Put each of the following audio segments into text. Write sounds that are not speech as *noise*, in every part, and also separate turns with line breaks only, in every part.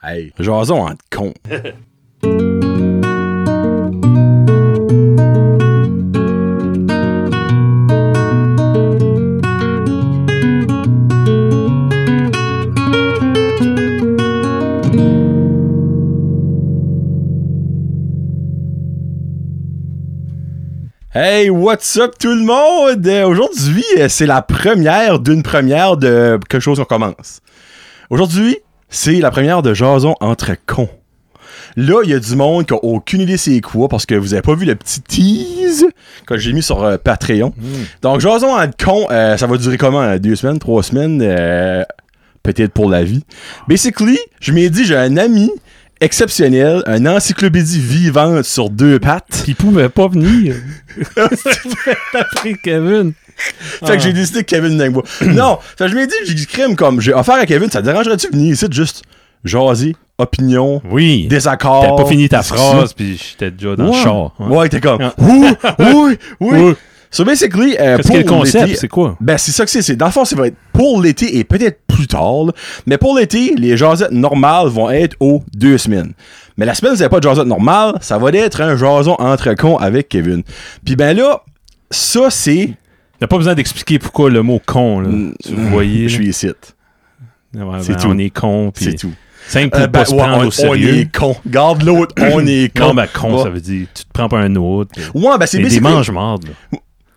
Hey, jason en con. Hey, what's up tout le monde? Euh, Aujourd'hui, euh, c'est la première d'une première de quelque chose qu'on commence. Aujourd'hui, c'est la première de Jason entre cons. Là, il y a du monde qui a aucune idée c'est quoi parce que vous avez pas vu le petit tease que j'ai mis sur euh, Patreon. Donc, Jason entre cons, euh, ça va durer comment? euh, Deux semaines, trois semaines, euh, peut-être pour la vie. Basically, je m'ai dit, j'ai un ami exceptionnel, un encyclopédie vivante sur deux pattes.
Il pouvait
*laughs*
pas venir. *laughs* T'as pris Kevin.
Ah,
Ah.
Fait que j'ai décidé que Kevin venait
*clears throat*
avec moi. non! Fait que je m'ai dit, j'ai dit crime comme j'ai offert à Kevin, ça te dérangerait-tu de venir ici de juste jaser, opinion,
Oui.
désaccord?
T'as pas fini ta
discussion.
phrase, puis j'étais déjà dans
Ouais.
le char. hein.
Ouais, t'es comme,
*laughs*
oui, oui, oui.
Ouais.
So basically, euh,
Parce
pour
que le concept,
l'été-
c'est quoi?
ben, c'est ça que c'est. c'est- Dans le fond, ça va être pour l'été et peut-être plus tard. là. Mais pour l'été, les jasettes normales vont être aux deux semaines. Mais la semaine, vous n'avez pas de jasette normale, ça va être un jason entre cons avec Kevin. Puis ben là, ça, c'est.
T'as pas besoin d'expliquer pourquoi le mot con, là. Tu voyais.
Je suis ici. c'est
c'est
tout.
On est con, puis.
C'est tout.
Simple pour
Euh, ben,
pas se
ouais,
prendre
on,
au
on
sérieux.
est con. Garde l'autre, on est con.
Non, ben con,
Ouais.
ça veut dire tu te prends pas un autre.
Ouais, ben c'est
C'est des
basically-
manges mordes.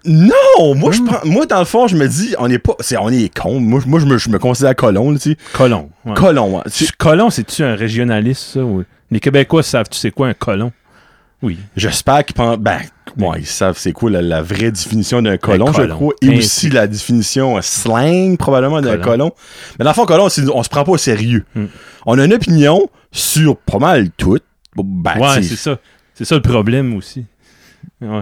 Non, moi
Hmm.
je prends, moi dans le fond, je me dis on est pas c'est on est con. Moi je- moi, je me je me considère colon, là, tu sais.
Colon. ouais.
Colon. hein. Tu-
Tu- Colon, c'est-tu un régionaliste, ça? ou- Les Québécois savent, tu sais quoi, un colon? Oui.
J'espère qu'ils pensent ben ouais, ils savent c'est quoi la, la vraie définition d'un colon, je
Ben, colon.
crois, et
Hein,
aussi la définition euh, slang probablement d'un
Colon.
colon. Mais dans le fond colon, c'est- on se prend pas au sérieux.
Hmm.
On a une opinion sur pas mal tout. Bon, Ben,
ouais,
tu sais,
c'est ça. C'est ça le problème aussi. Ouais.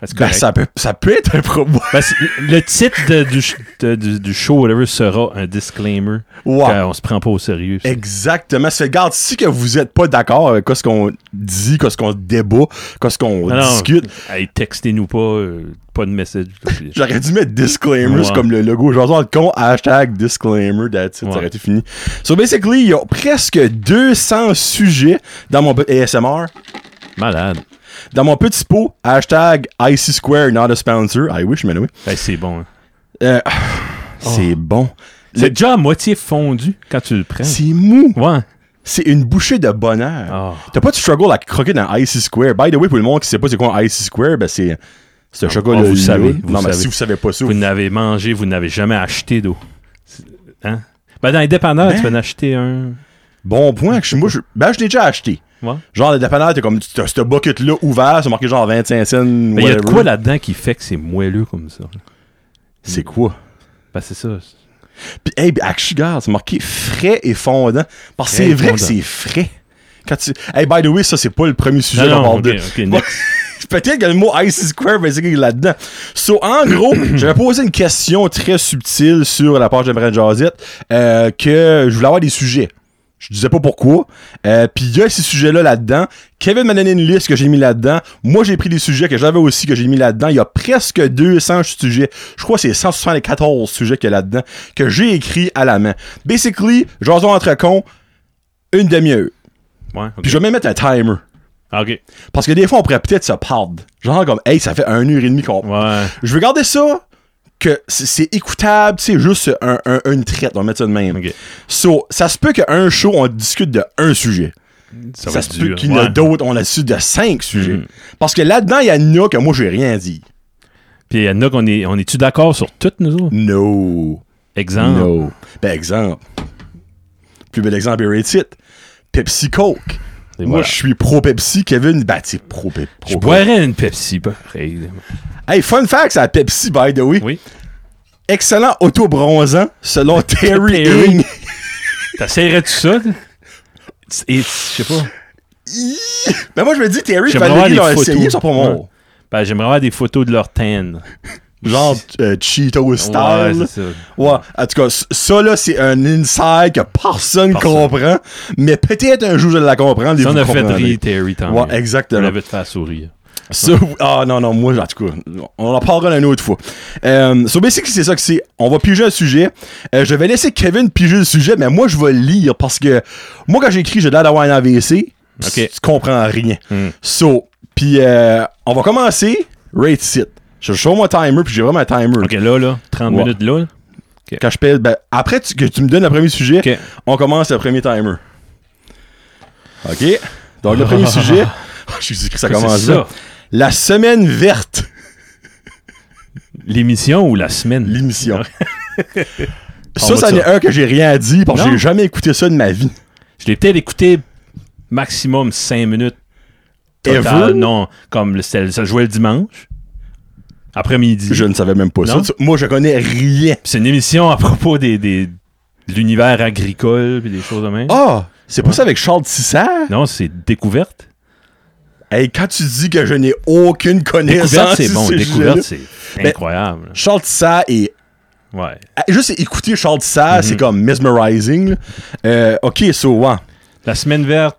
Parce que
ben, ça peut ça peut être un problème.
*laughs* le titre de- du, ch- de- du, du show, whatever, sera un disclaimer.
Ouais.
qu'on se prend pas au sérieux. ça.
Exactement. Ça fait, garde, si que vous êtes pas d'accord avec ce qu'on dit, ce qu'on débat, ce qu'on
Ah non.
discute,
Hey, textez-nous pas, euh, pas de message. s'il vous plaît.
j'aurais dû mettre disclaimer,
Ouais.
c'est comme le logo. Genre, le con, hashtag disclaimer, that's it,
Ouais.
ça aurait été fini. So basically, il y a presque 200 sujets dans mon pe- ASMR,
Malade.
dans mon petit pot, hashtag IC Square, not a sponsor. I wish, mais oui.
Hey, c'est bon. hein.
*sighs* C'est
Oh.
bon. Le-
C'est déjà à moitié fondu quand tu le prends.
C'est mou.
Ouais.
C'est une bouchée de bonheur.
Ah.
T'as pas de struggle à croquer dans Icy Square. By the way, pour le monde qui sait pas c'est quoi un Icy Square, ben c'est c'est un chocolat.
ah, vous
là.
savez, vous
Non, mais
savez.
si vous savez pas ça,
Vous n'avez mangé, vous n'avez jamais acheté d'eau. C'est- Hein? Ben, dans les dépanneurs,
Ben.
tu vas en acheter un.
bon point. que je- Moi, je, ben, je l'ai déjà acheté.
Ouais.
Genre, le dépanneur, t'es comme, t'as ce bucket-là ouvert, c'est marqué genre 25 cents,
Mais il y a de
whatever.
quoi là-dedans qui fait que c'est moelleux comme ça?
C'est quoi?
Ben, c'est ça.
Puis, hey, ben, actually, regarde, c'est marqué frais et fondant. Parce que
Frais
c'est
et
vrai que
fondant.
c'est frais. Quand tu... Hey, by the way, ça, c'est pas le premier sujet qu'on parle
ok,
de.
ok, next.
Peut-être que le mot Icy Square basically est là-dedans. So, en gros, j'avais posé une question très subtile sur la page de Brad Jazette euh, que je voulais avoir des sujets. Je disais pas pourquoi. Euh, Puis il y a ces sujets-là là-dedans. Kevin m'a donné une liste que j'ai mis là-dedans. Moi, j'ai pris des sujets que j'avais aussi que j'ai mis là-dedans. Il y a presque 200 sujets. Je crois que c'est 174 sujets qu'il y a là-dedans que j'ai écrit à la main. Basically, jason entre cons, une demi-heure.
Ouais, ok. Ah,
Puis je vais même mettre un timer.
Ok.
Parce que des fois, on pourrait peut-être se perdre. Genre comme, hey, ça fait un heure et demie qu'on...
Ouais.
Je veux garder ça, que c'est- c'est écoutable, c'est juste un, un- une traite, on va mettre ça de même.
Ok.
So, ça se peut qu'un show, on discute de un sujet. Ça,
va
se
être
peut
dur.
qu'il y en a
Ouais.
d'autres, on a su de cinq sujets.
Mhm.
Parce que là-dedans, il y en a que moi, j'ai rien dit.
Puis il y en a qu'on est, on est-tu d'accord sur toutes, nous autres?
No.
Exemple.
No. Ben, exemple. Plus bel exemple, Rate It. Pepsi Coke.
Et
Moi,
voilà.
je suis pro-Pepsi. Kevin, ben, t'es pro-Pepsi.
Je boirais une Pepsi, pareil.
Hey, fun fact, c'est la Pepsi, by the way.
Oui.
Excellent auto-bronzant, selon Terry
*laughs* Terry.
Ng.
T'essayerais-tu ça? là? Et, je sais pas.
Mais Ben, moi, je me dis, Terry,
J'aimerais avoir
Valérie
des
l'a
photos.
essayé, ça pour
Ouais. Ben, j'aimerais avoir des photos de leur tan.
Genre euh, Cheeto
Ouais,
style.
c'est
Ouais,
ça.
en tout cas, c- ça là, c'est un inside que personne,
Personne.
comprend. Mais peut-être un jour, je vais la comprendre. et
Ça, on
vous
a fait
comprendrez.
rire Terry, tant
Ouais,
mieux. On
exactement.
l'avait de faire sourire.
Ça, oui. ah non, non, moi, en tout cas, on en parlera une autre fois. Euh, so basically, c'est ça que c'est. On va piger un sujet. Euh, je vais laisser Kevin piger le sujet, mais moi, je vais le lire parce que moi, quand j'écris, j'ai l'air d'avoir un AVC.
Ok.
Tu, tu comprends rien.
Hmm.
So, puis euh, on va commencer. Rate sit. Je show mon timer, puis j'ai vraiment un timer.
Ok, là, là, 30
Ouais.
minutes là.
Quand je pèse, ben, après tu- que tu me donnes le premier sujet,
Ok.
on commence le premier timer. OK. Donc, le premier
*laughs*
sujet. Oh, Jésus-Christ, ça
C'est
commence là.
ça.
La semaine verte.
L'émission ou la semaine?
l'émission.
On *laughs*
ça,
va
ça
de
n'est un que j'ai rien à dire parce que
Non.
j'ai jamais écouté ça de ma vie.
Je l'ai peut-être écouté maximum 5 minutes.
Ever?
Total, non, comme le- c'était- ça jouait le dimanche, après-midi.
Je ne savais même pas
Non?
ça. Tu- Moi, je connais rien.
Puis C'est une émission à propos des, des- de l'univers agricole puis des choses de même.
Ah! c'est pas ça avec Charles Tissard?
Non, c'est
*laughs*
découverte.
Hey, quand tu dis que je n'ai aucune
Découverte,
connaissance,
c'est bon.
de ces
Découverte,
sujets-là, Ben,
c'est
Mais-
incroyable.
Charles Tissard est.
Ouais.
Ah, Juste écouter Charles Tissard,
Mhm.
c'est comme mesmerizing. là. Euh, ok, so, ouais.
La semaine verte,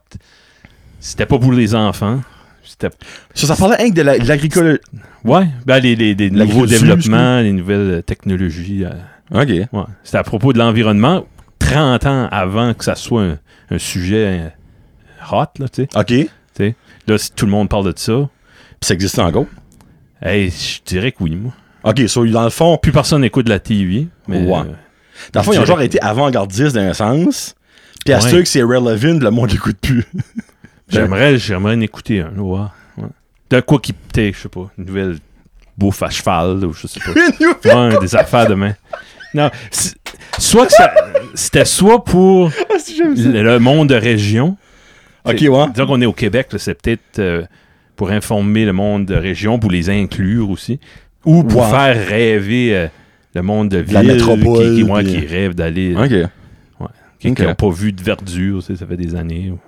c'était pas pour les enfants. C'était.
Ça, ça parlait rien que de la- de l'agriculture.
Ouais, ben les, les- les
La
nouveaux
culture,
développements, les nouvelles technologies. euh,
Ok.
ouais. C'était à propos de l'environnement, 30 ans avant que ça soit un, un sujet euh, hot, là, tu sais.
Ok. Puis
Là, si tout le monde parle de ça,
ça existe encore.
hey, je dirais que oui, moi.
Ok, so, dans le fond,
Plus personne n'écoute la TV, mais
Ouais.
euh,
dans le fond, ils ont genre été avant-gardistes d'un sens. Puis à
Ouais.
ce que c'est relevant, le monde l'écoute plus.
J'aimerais, j'aimerais en écouter un, ouais. ouais. De quoi qui peut je sais pas, une nouvelle bouffe à cheval, ou je sais pas.
*laughs* Une nouvelle-
Ouais, des affaires demain. Non, c'est- soit que ça, c'était soit pour le, le monde de région.
Ok,
C'est-
ouais.
Disons qu'on est au Québec, là, c'est peut-être euh, pour informer le monde de région, pour les inclure aussi, ou pour
Ouais.
faire rêver euh, le monde de ville
La métropole,
qui, qui, ouais,
puis- euh,
qui rêve d'aller,
Ok.
qui n'ont
ok.
pas vu de verdure, tu sais, ça fait des années. ou-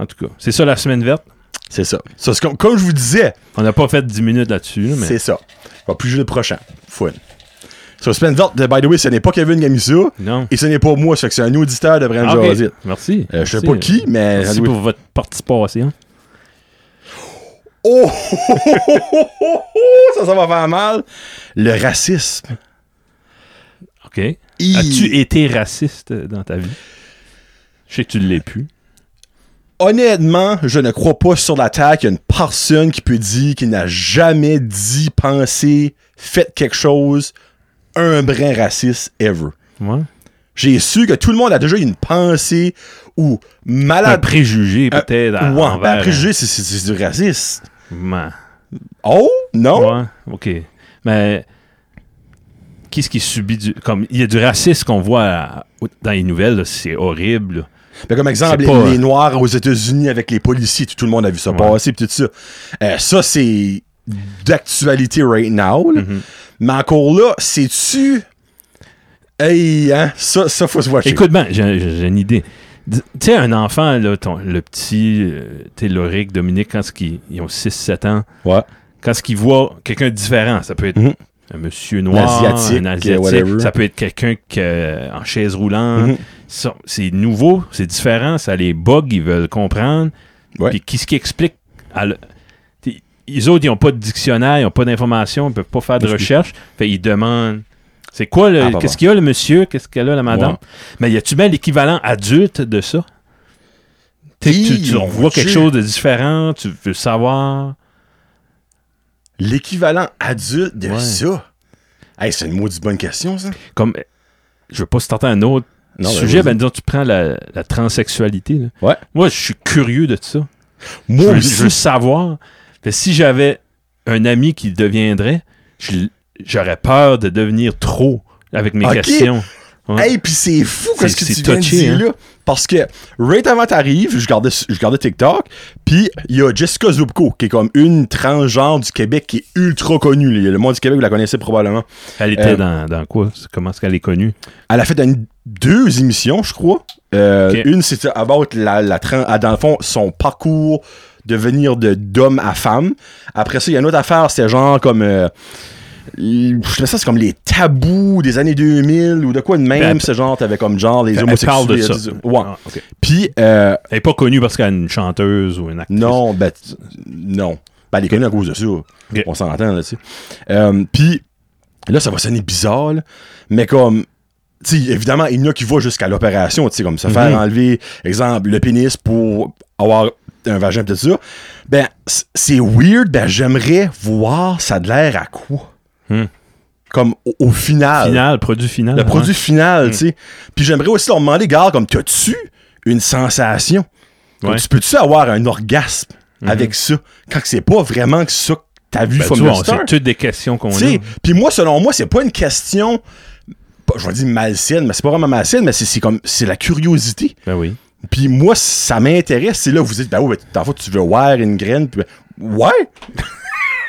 En tout cas, c'est ça la semaine verte.
C'est ça. Ça, c'est comme, comme je vous disais,
On n'a pas fait 10 minutes là-dessus, là, mais
c'est ça. On va plus jouer le prochain. Fun. So, Sven Velt, by the way, ce n'est pas Kevin Gamissa
non.
et ce n'est pas moi, ça fait que c'est un auditeur de Brand
Ah, ok.
Jazzit.
Merci.
Euh, je sais
Merci.
pas qui, mais.
Merci pour votre participation.
Oh! *laughs* ça, ça va faire mal. Le racisme.
OK. As-tu été raciste euh, dans ta vie? Je sais que tu ne l'es plus.
Honnêtement, je ne crois pas sur la terre qu'il y a une personne qui peut dire qu'il n'a jamais dit, pensé, fait quelque chose, un brin raciste ever.
Ouais.
J'ai su que tout le monde a déjà eu une pensée ou
Un
malade.
préjugé,
Euh,
peut-être. à-
ouais,
envers
ben, un préjugé, c'est- c'est c'est du racisme.
un- Ouais.
Oh, non?
Ouais, OK. Mais qu'est-ce qui subit du. Comme, il y a du racisme qu'on voit à- dans les nouvelles, là, c'est horrible. là.
Ben, comme exemple,
C'est
les,
pas- hein.
les Noirs aux États-Unis avec les policiers, tout, tout le monde a vu ça
Ouais.
passer, pis tout ça. Euh, ça, c'est d'actualité right now. là.
Mm-hmm.
Mais encore là, c'est-tu. Hey, hein? Ça, ça, faut se watcher.
Écoute bien, j'ai j'ai une idée. D- Tu sais, un enfant, là, ton- le petit, euh, tu sais, Loric, Dominique, quand ils, ils ont 6-7 ans,
Ouais.
quand ce qu'ils voient quelqu'un de différent, ça peut être
Mhm.
un monsieur noir,
Un Asiatique,
un
euh, whatever.
asiatique, ça peut être quelqu'un que, euh, en chaise roulante.
Mhm.
Ça, C'est nouveau, c'est différent, ça les bug, ils veulent comprendre.
Ouais.
Puis qu'est-ce qui explique à le- t'sais, les autres, ils n'ont pas de dictionnaire, ils n'ont pas d'informations, ils ne peuvent pas faire de
Mhm.
recherche. Fait ils demandent c'est quoi le.
Ah, bah,
qu'est-ce
bah.
qu'il y a le monsieur, qu'est-ce qu'elle a la madame
Ouais.
Mais y a-tu bien l'équivalent adulte de ça T'sais, Tu,
Hi,
tu revois
vois-tu?
quelque chose de différent, tu veux savoir.
L'équivalent adulte de
Ouais.
ça. Hey, c'est une maudite bonne question, ça.
comme je veux pas se tenter un autre
Non, ben,
sujet,
vas-y.
ben, disons, tu prends la, la transsexualité. là.
Ouais.
Moi, je suis curieux de ça. Je
Moi
veux,
aussi.
je veux savoir. Fait, si j'avais un ami qui le deviendrait, je- j'aurais peur de devenir trop avec mes
Ok.
questions. Ouais.
Hey, puis c'est fou
C'est-
ce que
c'est
tu viens de
touché,
dire
hein.
là. Parce que, right avant t'arrives, je gardais, je gardais TikTok, puis il y a Jessica Zubko, qui est comme une transgenre du Québec qui est ultra connue. là. Le monde du Québec, vous la connaissez probablement.
Elle était
euh,
dans, dans quoi Comment est-ce qu'elle est connue
Elle a fait une- deux émissions, je crois. Euh,
Ok.
Une, c'était about la, la tran- ah, dans le fond, son parcours de venir de d'homme à femme. Après ça, il y a une autre affaire, c'était genre comme. euh, l- je sais ça, c'est comme les tabous des années 2000 ou de quoi de même.
Elle-
C'est genre, t'avais comme genre les
Ben, Elle parle
homosexuels.
de ça.
Ouais.
Ah, ok.
Puis, euh,
Elle n'est pas connue parce qu'elle est une chanteuse ou une actrice.
non, ben, t- non. Ben, elle est connue à cause de ça. On s'entend là-dessus. Euh, Puis, là, ça va sonner bizarre, là, mais comme. tu sais, évidemment, il y en a qui vont jusqu'à l'opération, tu sais, comme se faire
Mhm.
enlever, exemple, le pénis pour avoir un vagin, peut-être ça. Ben, c- c'est weird, ben, j'aimerais voir ça de l'air à quoi.
Mhm.
Comme au, au final.
Final, produit final. hein?
Le
ouais. Mm.
produit final, tu sais. Puis j'aimerais aussi leur demander, gars, comme, t'as-tu une sensation? Comme,
Ouais. Mm-hmm.
Tu peux-tu avoir un orgasme avec ça? Quand c'est pas vraiment que ça que t'as vu
Ben,
from
tu vois,
the
on-
start.
c'est toutes des questions qu'on
Tu
a.
sais, Puis moi, selon moi, c'est pas une question, pas- je vais dire malsaine, mais c'est pas vraiment malsaine, mais c'est- c'est comme, c'est la curiosité.
Ben oui.
Puis moi, ça m'intéresse. C'est là où vous dites, ben oui, ben, t'en fous, tu veux voir une graine? Puis, ben, ouais! *laughs*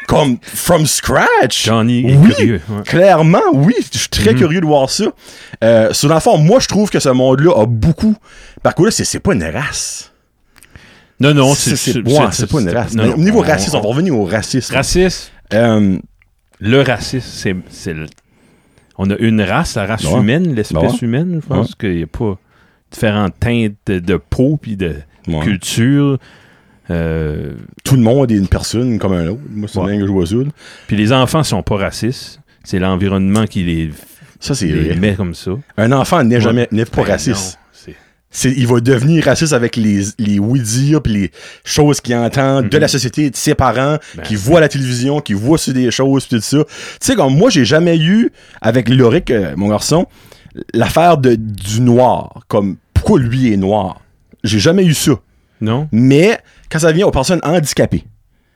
comme, from scratch!
Johnny est
oui,
curieux, ouais. Mm-hmm.
Clairement, oui, je suis très curieux de voir ça. Euh, sur dans le fond, moi, je trouve que ce monde-là a beaucoup. Par contre, là, c'est- c'est pas une race.
Non, non,
c'est c'est- ouais, c'est pas une race.
non,
Mais
non,
au niveau
on-
racisme, on,
on-
va revenir au racisme.
Racisme,
Euh,
le racisme, c'est- c'est. le- On a une race, la race
Ouais.
humaine, l'espèce
Ouais.
humaine. Je pense qu'il n'y a pas différentes teintes de, de peau puis de
ouais.
culture. Euh,
Tout le monde est une personne comme un autre. Moi, c'est
Ouais.
bien que je vois ça. là.
puis les enfants sont pas racistes. C'est l'environnement qui les,
Ça, c'est
les
vrai.
met comme ça.
Un enfant n'est
Ouais.
jamais n'est pas
Ben
raciste.
non, c'est-
C'est- Il va devenir raciste avec les, les oui-dire puis les choses qu'il entend de
Mhm.
la société, de ses parents,
Ben.
qui voient la télévision, qui voient sur des choses, pis tout ça. Tu sais, comme moi, j'ai jamais eu, avec Loric, euh, mon garçon, l'affaire de, du noir. Comme, pourquoi lui est noir? J'ai jamais eu ça.
Non?
Mais, quand ça vient aux personnes handicapées,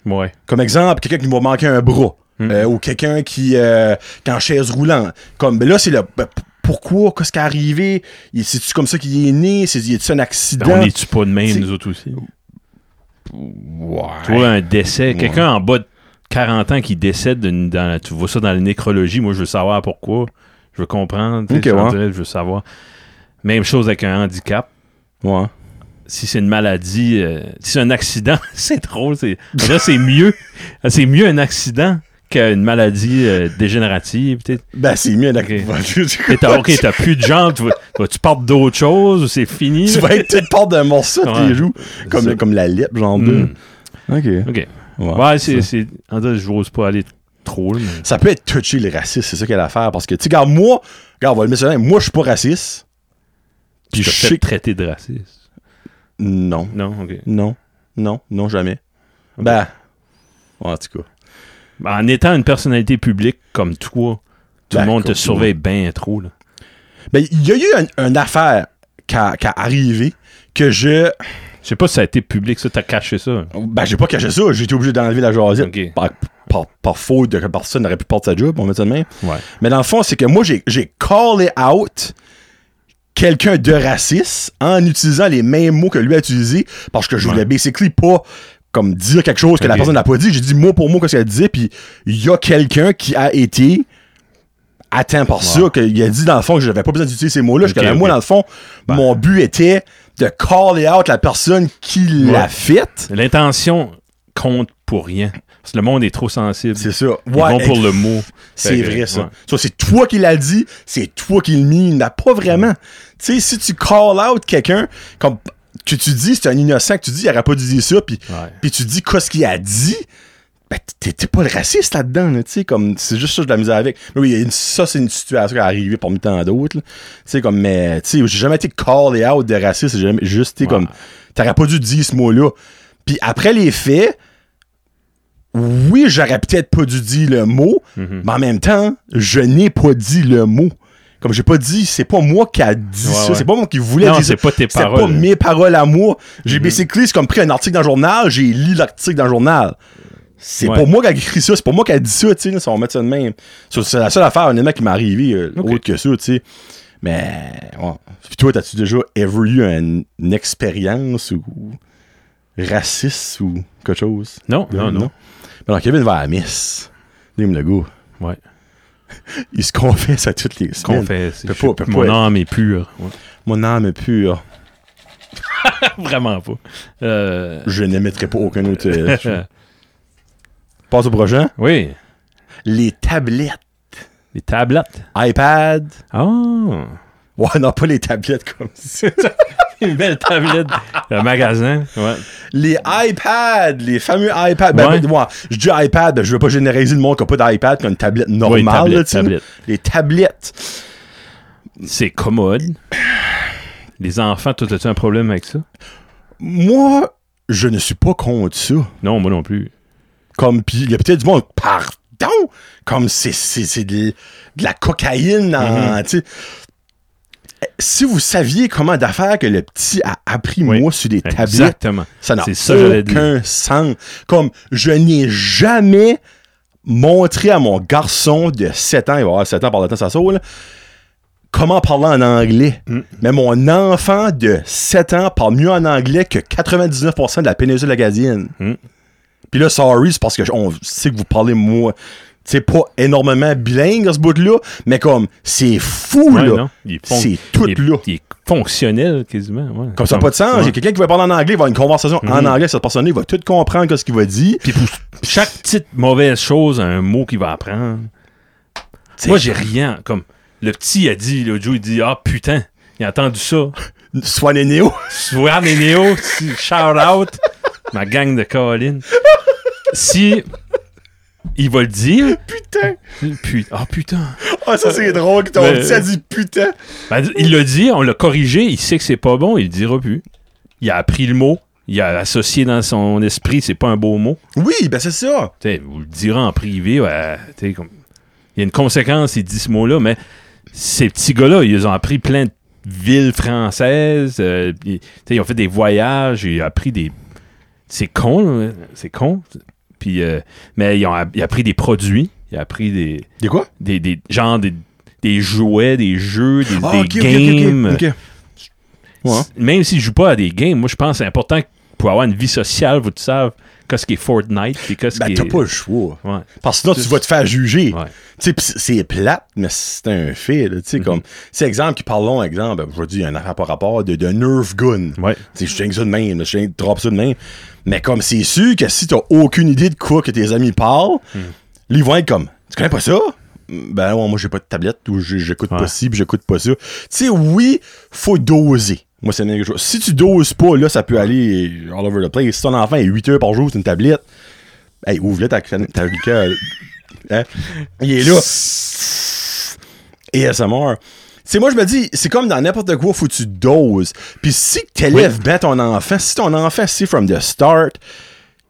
Ouais.
comme exemple, quelqu'un qui m'a manqué un bras.
Mm.
euh, ou quelqu'un qui, euh, qui est en chaise roulante. Comme, ben là, c'est le. ben, p- pourquoi? Qu'est-ce qui est arrivé? Il- C'est-tu comme ça qu'il est né? C'est, y a-tu un accident?
Ben, on est-tu pas de même,
C'est-
nous autres aussi?
Ouais.
Tu vois un décès,
Ouais.
quelqu'un en bas de 40 ans qui décède, d'une- dans la- tu vois ça dans la nécrologie, moi je veux savoir pourquoi, je veux comprendre, tu sais,
Ok,
ça, on
ouais.
dirait, je veux savoir. Même chose avec un handicap.
Ouais.
Si c'est une maladie, euh, si c'est un accident, *laughs* c'est drôle. C'est, on dirait que c'est mieux, c'est mieux un accident qu'une maladie euh, dégénérative. tu sais.
Ben, c'est mieux la- *laughs*
Ok. *laughs* Et t'as- Ok, t'as plus de jambes, tu, vas- tu vas- tu portes d'autres choses, ou c'est fini.
Tu
là.
vas être toute part d'un morceau de tes
Ouais.
joues. Comme,
Ça.
comme la lip, genre
Mm.
deux. Ah, OK.
Ok.
Ouais.
Ouais, c'est, c'est, en tout cas, je n'ose pas aller trop. là, mais-
Ça peut être touché le racisme, c'est ça qu'elle a l'affaire. Parce que, tu sais, regarde, moi, regarde, on va le mettre sur la ligne, moi, je suis pas raciste. Puis
Tu te
je
fais
sais que-
traiter de raciste.
Non.
Non, ok.
Non. Non. Non, jamais. Ben. En tout cas.
En étant une personnalité publique comme toi, tout
Ben,
le monde
comme
te surveille bien trop. Là.
Ben, il y a eu un- une affaire qui a, qui a arrivé que je.
Je sais pas si ça a été public, ça, t'as caché ça.
Ben, j'ai pas caché ça, j'ai été obligé d'enlever la jasette.
Ok.
Par, par, par faute de que personne n'aurait pu porter sa job, on met ça de même.
Ouais.
Mais dans le fond, c'est que moi, j'ai- j'ai callé out quelqu'un de raciste en utilisant les mêmes mots que lui a utilisés parce que je voulais
Ouais.
basically pas comme dire quelque chose que la
Ok.
personne n'a pas dit. J'ai dit mot pour mot ce qu'elle disait, puis il y a quelqu'un qui a été atteint par ça,
Wow.
qu'il a dit dans le fond que j'avais pas besoin d'utiliser ces mots-là. jusqu'à
Ok,
là, moi,
ok.
dans le fond,
Ben.
mon but était de call out la personne qui l'a
Ouais.
fait.
L'intention compte pour rien. Parce que le monde est trop sensible.
C'est ça.
Ils vont pour le mot.
C'est
Fait que,
vrai, ça.
ouais.
Ça, c'est toi qui l'as dit, c'est toi qui le mine, mais pas vraiment. Tu sais, si tu call out quelqu'un, comme que tu dis, c'est un innocent, que tu dis, il aurait pas dû dire ça, puis
Ouais.
puis tu dis qu'est-ce qu'il a dit, ben, t'es t'es pas le raciste là-dedans, là, tu sais, comme, c'est juste ça que j'ai de la misère avec. Mais oui, il y a une- ça, c'est une situation qui est arrivée parmi tant d'autres, là. Tu sais, comme, mais, tu sais, j'ai jamais été callé out de raciste, j'ai jamais, juste, tu sais,
Ouais.
comme, t'aurais pas dû dire ce mot-là. Puis après les faits, oui, j'aurais peut-être pas dû dire le mot,
Mhm.
mais en même temps, je n'ai pas dit le mot. Comme j'ai pas dit, c'est pas moi qui a dit
Ouais,
ça,
ouais.
c'est pas moi qui voulait
Non,
dire ça.
c'est pas tes
C'était
paroles. Hmm.
pas mes paroles à moi. J'ai basically, c'est comme pris un article dans le journal, j'ai lu l'article dans le journal. C'est
Ouais.
pas moi qui a écrit ça, c'est pas moi qui a dit ça, tu sais, là, si on met ça de même. Ça, C'est la seule affaire, honnêtement, qui m'est arrivée, euh,
Ok.
autre que ça, tu sais. Mais, ouais. Puis toi, t'as-tu déjà ever eu un- une expérience ou raciste ou quelque chose?
Non, non, non.
Mais non, Kevin va à la messe. Name le goût.
Ouais.
*laughs* Il se confesse à toutes les semaines.
Confesse.
Peut
Je-
pas- peut pas
Mon
être.
âme est pure. Ouais.
Mon âme est pure.
*laughs* Vraiment pas. Euh,
Je n'émettrai pas aucun autre.
*laughs*
euh, Passe au prochain.
oui.
Les tablettes.
Les tablettes.
iPad.
Ah. *laughs*
Ouais, non, pas les tablettes comme ça.
Une belle tablette. Le magasin. Ouais.
les iPads, les fameux iPads. Ben,
Ouais.
ben, moi, je dis iPad, ben, je veux pas généraliser le monde qui a pas d'iPad, qui a une tablette normale.
Oui, tablette,
là, tu sais.
tablette.
Les tablettes.
C'est commode. Les enfants, toi, as-tu un problème avec ça?
Moi, je ne suis pas contre ça.
Non, moi non plus.
Comme, pis il y a peut-être du monde, pardon, comme c'est, c'est, c'est de, de la cocaïne. en- tu sais. Eh, Si vous saviez comment d'affaires que le petit a appris,
Oui.
moi, sur des tablettes,
Exactement.
Ça n'a
C'est ça, j'allais dire.
aucun sens. Comme, je n'ai jamais montré à mon garçon de 7 ans, il va avoir 7 ans par le temps, ça saute, là, comment parler en anglais.
Mm.
Mais mon enfant de 7 ans parle mieux en anglais que 99% de la péninsule acadienne.
Mm.
Puis là, sorry, c'est parce que je- on sait que vous parlez, moi, c'est pas énormément bilingue, à ce bout-là, mais comme, c'est fou,
Ouais,
là.
non, il est fon-
C'est tout,
il est-
là.
Il est fonctionnel, quasiment. ouais.
Comme ça, pas de sens. Il y
Ouais.
a quelqu'un qui va parler en anglais, il va avoir une conversation en
Mm-hmm.
anglais, cette personne il va tout comprendre que ce qu'il va dire.
Puis pour chaque petite mauvaise chose, un mot qu'il va apprendre.
C'est- *laughs*
Moi, j'ai rien. Comme le petit a dit, le Joe, il dit Ah putain, il a entendu ça.
Swan et Neo.
Swan et Néo, si- shout out, ma gang de Colin. Si il va le dire, *laughs*
Putain.
puis ah putain.
Ah, ça, c'est drôle que ton
Mais-
petit a dit putain.
Ben, il l'a dit, on l'a corrigé, il sait que c'est pas bon, il le dira plus. Il a appris le mot, il a associé dans son esprit, c'est pas un beau mot.
Oui, ben c'est ça.
T'sais, vous le direz en privé, ouais, t'sais, comme- il y a une conséquence, il dit ce mot-là, mais ces petits gars-là, ils ont appris plein de villes françaises, euh, ils, t'sais, ils ont fait des voyages, ils ont appris des... C'est con, là, c'est con. Puis, euh, mais ils ont app- ils ont appris des produits, ils ont appris des,
Des quoi?
des, des genre des, des jouets, des jeux, des,
Ah,
des
ok, ok,
games.
ok, ok. Ouais.
S- Même s'ils jouent pas à des games, moi je pense que c'est important que pour avoir une vie sociale, vous savez qu'est-ce qui est Fortnite et qu'est-ce
Ben,
qui
t'as
est-
pas le choix.
Ouais.
Parce que sinon, tu vas te faire juger.
Ouais. Mm-hmm.
Tu sais, pis c'est c'est plate, mais c'est un fait, là, tu sais, comme... C'est exemple qui parlons, exemple, je veux dire, un rapport rapport de, de Nerf Gun.
Ouais.
Tu sais, je tiens que ça de même, là, je tiens que drop ça de même. Mais comme c'est sûr que si t'as aucune idée de quoi que tes amis parlent, là, ils vont être comme, tu connais pas ça? Ben ouais, moi j'ai pas de tablette ou j'ai- j'écoute pas
Ouais.
ci, puis j'écoute pas ça. Tu sais, oui, faut doser. Moi, c'est la même chose. Si tu doses pas, là, ça peut aller all over the place. Si ton enfant est 8 heures par jour, c'est une tablette. Hey, ouvre-le ta, ta, ta gueule. Hein? Il est là. Et ASMR. Tu sais, moi, je me dis, c'est comme dans n'importe quoi, faut que tu doses. Puis si t'élèves bien ton enfant, si ton enfant, c'est from the start,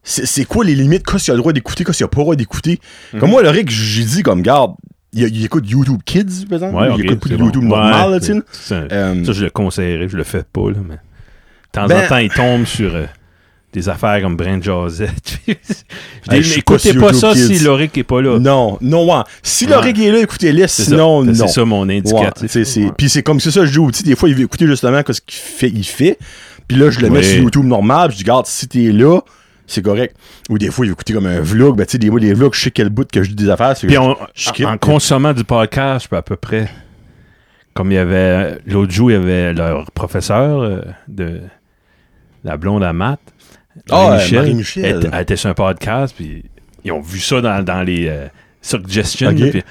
c'est c'est quoi les limites, qu'est-ce qu'il a le droit d'écouter, qu'est-ce qu'il a pas le droit d'écouter.
Mhm.
Comme moi, le Rick, j'ai dit, comme, garde, il, il écoute YouTube Kids, par exemple.
Ouais,
il
ok,
écoute pas
c'est
de
bon.
YouTube
Ouais,
normal, là, tu sais.
c'est- c'est un-
Euh,
Ça, je le conseillerais, je le fais pas, là, mais. De temps
Ben-
en temps, il tombe sur euh, des affaires comme Brand Josette. *laughs* je dis,
Hey, je suis
n'écoutez
pas
pas,
sur
ça
YouTube
si
Kids.
Loric est pas là.
Non, non, ouais. Si le
Ouais.
Rick est là, écoutez-le,
C'est ça. Ben,
sinon, non.
C'est ça mon
Ouais,
indicatif.
c'est- c'est-
Ouais.
Puis c'est comme c'est ça, je dis au petit, des fois, il veut écouter justement ce qu'il fait, il fait. Puis là, je le mets
Oui.
sur YouTube normal, puis je dis, garde, si t'es là, c'est correct. Ou des fois, il veut écouter comme un vlog. Ben, tu sais, des mots, des vlogs, je sais quel bout que je dis des affaires. c'est que
Puis
je-
on-
je skip.
en, en consommant du podcast, je peux à peu près. Comme il y avait. L'autre jour, il y avait leur professeur euh, de la blonde à maths.
Ah,
Marie-Michel,
euh, Marie-Michel.
Elle, était- elle était sur un podcast, puis ils ont vu ça dans, dans les euh, suggestions.
Ok.
là, puis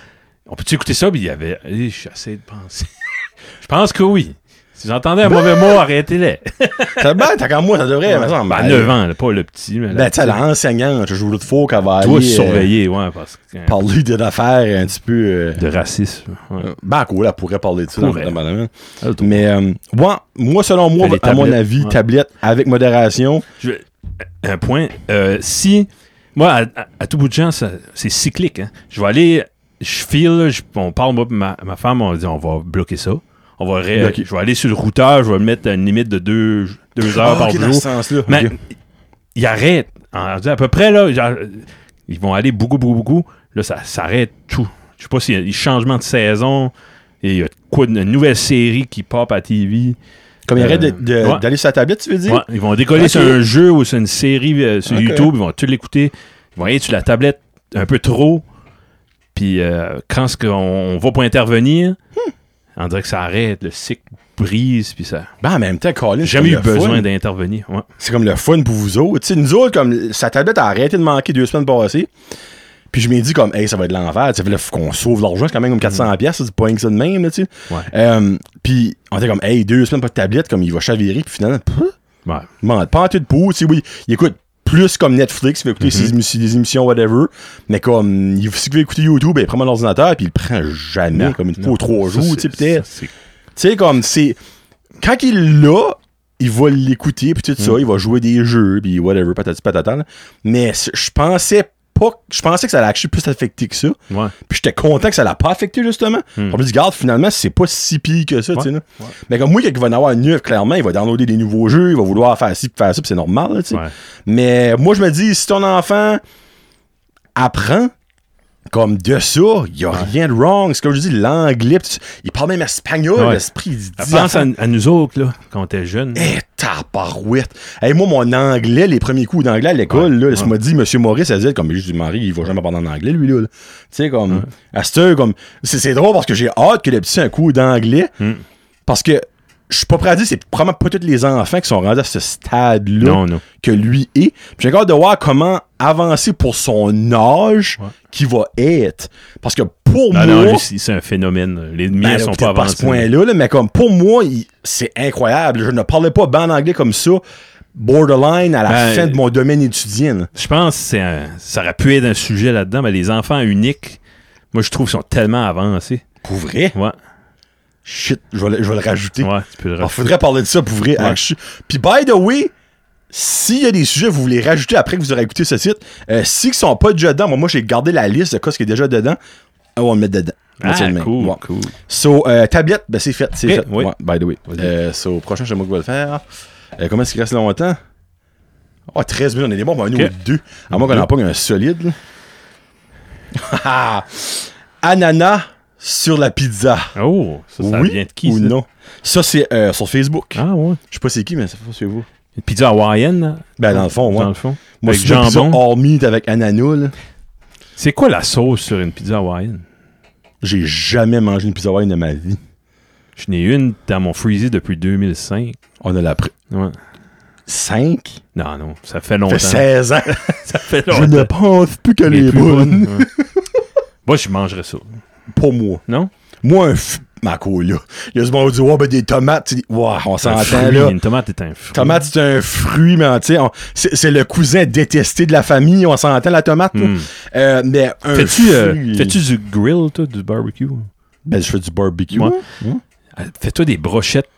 on peut-tu écouter ça? Puis il y avait. Eh, je suis assez de penser. *laughs* je pense que oui. Si vous entendez un mauvais mot, arrêtez-les.
Ça ben, t'as comme moi, ça devrait,
Ben,
me semble.
à 9 ans, là, pas le petit. Mais
Ben, tu sais, l'enseignante, je joue l'autre fois qu'elle va aller.
toi,
euh,
surveiller, ouais, parce que.
Parler d'une affaire un petit peu. euh,
de racisme. ouais.
Ben, cool, elle pourrait parler de ça. dans-
Pourrait.
dans ma domaine.
Elle doit-
Mais, euh, ouais, moi, selon moi,
Fait les
à mon
tablettes,
avis,
ouais.
tablette avec modération.
Je- un point. Euh, si, moi, à, à- à tout bout de champ, ça- c'est cyclique. hein. Je vais aller, je file, je- on parle, moi, pis ma, ma femme, on dit, on va bloquer ça. On va ré-
Bloquer.
Je vais aller sur le routeur, je vais mettre une limite de deux, deux heures
Ah,
par
ok, dans ce
jour.
sens-là.
Mais
ok.
ils arrêtent. En- À peu près, là, genre, ils vont aller beaucoup, beaucoup, beaucoup. Là, ça s'arrête tout. Je sais pas s'il y a des changements de saison. et Il y a quoi, une nouvelle série qui pop à TV.
Comme il
Euh,
arrête de- de-
ouais.
d'aller sur la tablette, tu veux dire?
Ouais, ils vont décoller
Ok.
sur un jeu ou sur une série euh, sur
Ok.
YouTube, ils vont tout l'écouter. Ils vont aller sur la tablette un peu trop. Puis euh, quand ce qu'on on va pour intervenir,
Hmm.
on dirait que ça arrête, le cycle brise, puis ça.
Ben, en même temps, Colin,
J'ai
c'est
jamais eu
comme le
besoin
fun.
d'intervenir. ouais.
C'est comme le fun pour vous autres. Tu sais, nous autres, comme sa tablette a arrêté de manquer deux semaines passées. Puis je m'ai dit comme, hey, ça va être l'enfer. Tu sais, là, faut qu'on sauve l'argent. C'est quand même comme
Mm.
400 pièces C'est pas rien que ça de même, là, tu sais.
Ouais.
Euh, puis on était comme, hey, deux semaines pas de tablette. Comme, il va chavirer. Puis finalement, pff,
Ouais.
Man, pas en tout de poux, tu sais, oui, il écoute plus comme Netflix, il va écouter ses
Mm-hmm.
émi- des émissions, whatever, mais comme, il, si il veut écouter YouTube, ben, il prend mon ordinateur, puis il le prend jamais,
Non,
comme une fois
non.
ou trois
Ça,
jours,
c'est-
tu sais, peut-être.
ça, c'est-
Tu sais, comme, c'est. Quand il l'a, il va l'écouter, puis tout ça, il va jouer des jeux, puis whatever, patati patata. là. Mais c- je pensais pas. Je pensais que ça allait actually plus affecter que ça.
Ouais.
Puis j'étais content que ça l'a pas affecté, justement.
Hmm.
On me dit, garde, finalement, c'est pas si pire que ça, tu sais. là. Mais comme moi, quelqu'un va en avoir une neuf, clairement, il va downloader des nouveaux jeux, il va vouloir faire ci, puis faire ça, puis c'est normal, là, tu sais.
Ouais.
Mais moi, je me dis, si ton enfant apprend comme de ça, il n'y a rien de wrong. C'est comme je dis, l'anglais, pis tu- il parle même espagnol,
Ouais.
l'esprit, il dit
Pense à, à nous autres, là, quand on était jeunes.
Eh, tabarouette! Hey, moi, mon anglais, les premiers coups d'anglais à l'école,
Ouais,
là, ça
ouais.
m'a dit, Monsieur Maurice, elle disait, comme, juste du mari, il va jamais parler en anglais, lui, là. là. Tu sais, comme, à cette heure, comme, c'est, c'est drôle parce que j'ai hâte que les petits aient un coup d'anglais.
Mm.
Parce que, je suis pas prêt à dire, c'est probablement pas tous les enfants qui sont rendus à ce stade-là
Non, non.
que lui est. Puis j'ai hâte de voir comment avancer pour son âge
Ouais. Ah
qui va être. Parce que pour
Non,
moi,
non, lui, c'est c'est un phénomène. Les miens
ben,
sont
peut-être
pas
pas à ce
avancés.
point-là, là, mais comme pour moi, il- c'est incroyable. Je ne parlais pas bien anglais comme ça, borderline, à la
Ben,
fin de mon domaine étudiant. là.
Je pense que c'est un- ça aurait pu être un sujet là-dedans, mais les enfants uniques, moi, je trouve qu'ils sont tellement avancés.
Pour vrai?
Ouais,
Shit, je vais, le- je vais le rajouter.
ouais, tu peux le
Il
rajouter.
faudrait parler de ça pour vrai.
Ouais.
Archi. Puis, by the way, s'il y a des sujets que vous voulez rajouter après que vous aurez écouté ce site, euh, s'ils ne sont pas déjà dedans, moi, moi j'ai gardé la liste de cas qui est déjà dedans, Ah, on va le mettre dedans. On va se le
Ah,
mettre.
cool,
Ouais.
cool.
So, euh, tablette, ben c'est fait, c'est
Ok,
fait.
oui.
Ouais, by the way.
Vas-y.
Euh, so, prochain, je sais pas qui va le faire. Euh, comment est-ce qu'il reste longtemps? Oh, 13 minutes, on est des bons, on va venir
Ok.
aux deux. À moins qu'on en pogne un solide. là. Haha. *laughs* Ananas sur la pizza.
Oh, ça, ça
oui
vient de qui,
ou
ça?
non? Ça, c'est euh, sur Facebook.
Ah, ouais.
Je sais pas c'est qui, mais ça fait c'est vous.
Une pizza hawaïenne, là,
Ben, dans le fond,
dans
moi.
le fond.
Moi,
Avec
c'est une pizza
jambon.
all meat avec ananas, là.
C'est quoi la sauce sur une pizza hawaïenne?
J'ai jamais mangé une pizza hawaïenne de ma vie.
Je n'ai une dans mon freezer depuis 2005.
On a la pr-
Ouais.
5?
Non, non, ça fait
Ça
longtemps.
fait 16 ans.
Ça fait
Je ne pense plus que
Elle est
les
plus
bonnes.
bonne, ouais. *laughs* Moi, je mangerais ça.
Pour moi.
Non?
Moi, un f... Maco, là. Il y a ce monde qui dit, ouais, ben des tomates. tu dis, Ouah, on
Un
s'entend,
fruit,
là.
Une tomate est un fruit.
Tomate, c'est un fruit, mais tu sais, on- c'est c'est le cousin détesté de la famille. On s'entend, la tomate. là.
Mm.
Euh, mais un
Fais-tu euh,
fruit-
fais-tu du grill, toi, du barbecue?
Ben, je fais du barbecue.
Ouais.
hein.
Euh, Fais-toi des brochettes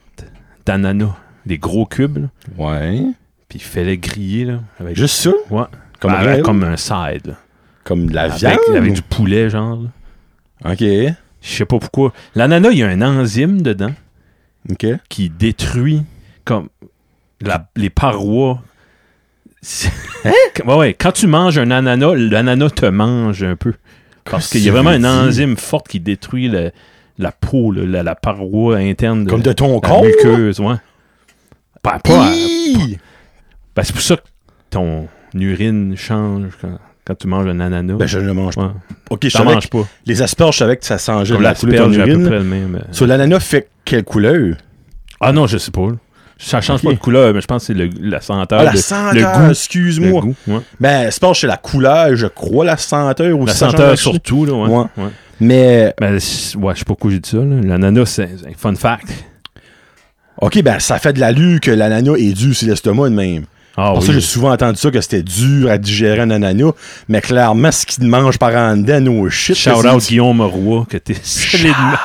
d'ananas, des gros cubes, là,
Ouais.
puis fais-les griller, là. Avec,
Juste ça?
Ouais.
Comme,
Ben,
rien?
avec-
comme...
comme un side, là.
de la viande?
Avec, avec du poulet, genre. là.
OK.
Je sais pas pourquoi. L'ananas, il y a un enzyme dedans
OK.
qui détruit comme la- les parois. C'est-
Hein?
Ouais, ouais. *laughs* Quand tu manges un ananas, l'ananas te mange un peu. Parce qu'il y a vraiment une enzyme forte qui détruit le- la peau, là, la, la paroi interne de
Comme de ton
la
con?
muqueuse. Ouais. Ben, pas à-
Hi!
ben, c'est pour ça que ton urine change quand, quand tu manges un ananas.
Ben, je ne mange pas.
Ouais.
OK, je
T'en
savais que
manges pas.
les asperges, je savais que ça changeait
Comme
la couleur de
l'asperge,
ton
à peu
urine.
près le même. euh,
Sur l'ananas fait quelle couleur?
Ah non, je sais pas. là. Ça change
Ok.
pas de couleur, mais je pense que c'est le- la senteur.
Ah, la
de-
senteur,
le goût. le
excuse-moi.
goût, ouais.
Ben, asperge, c'est la couleur, je crois, la senteur ou
La
si ça
senteur
change.
surtout, là, ouais.
Ouais.
ouais.
Mais,
Ben, c- ouais, je sais pas pourquoi j'ai dit ça. là. L'ananas, c'est c'est un fun fact.
OK, ben, ça fait de l'allure que l'ananas est dû sur l'estomac de même.
Ah
Pour ça, j'ai souvent entendu ça, que c'était dur à digérer un ananas. Mais clairement, ce qu'ils mangent par en dedans, no shit.
Shout
que
out
c'est-
Guillaume Roy,
*laughs*
que t'es solidement.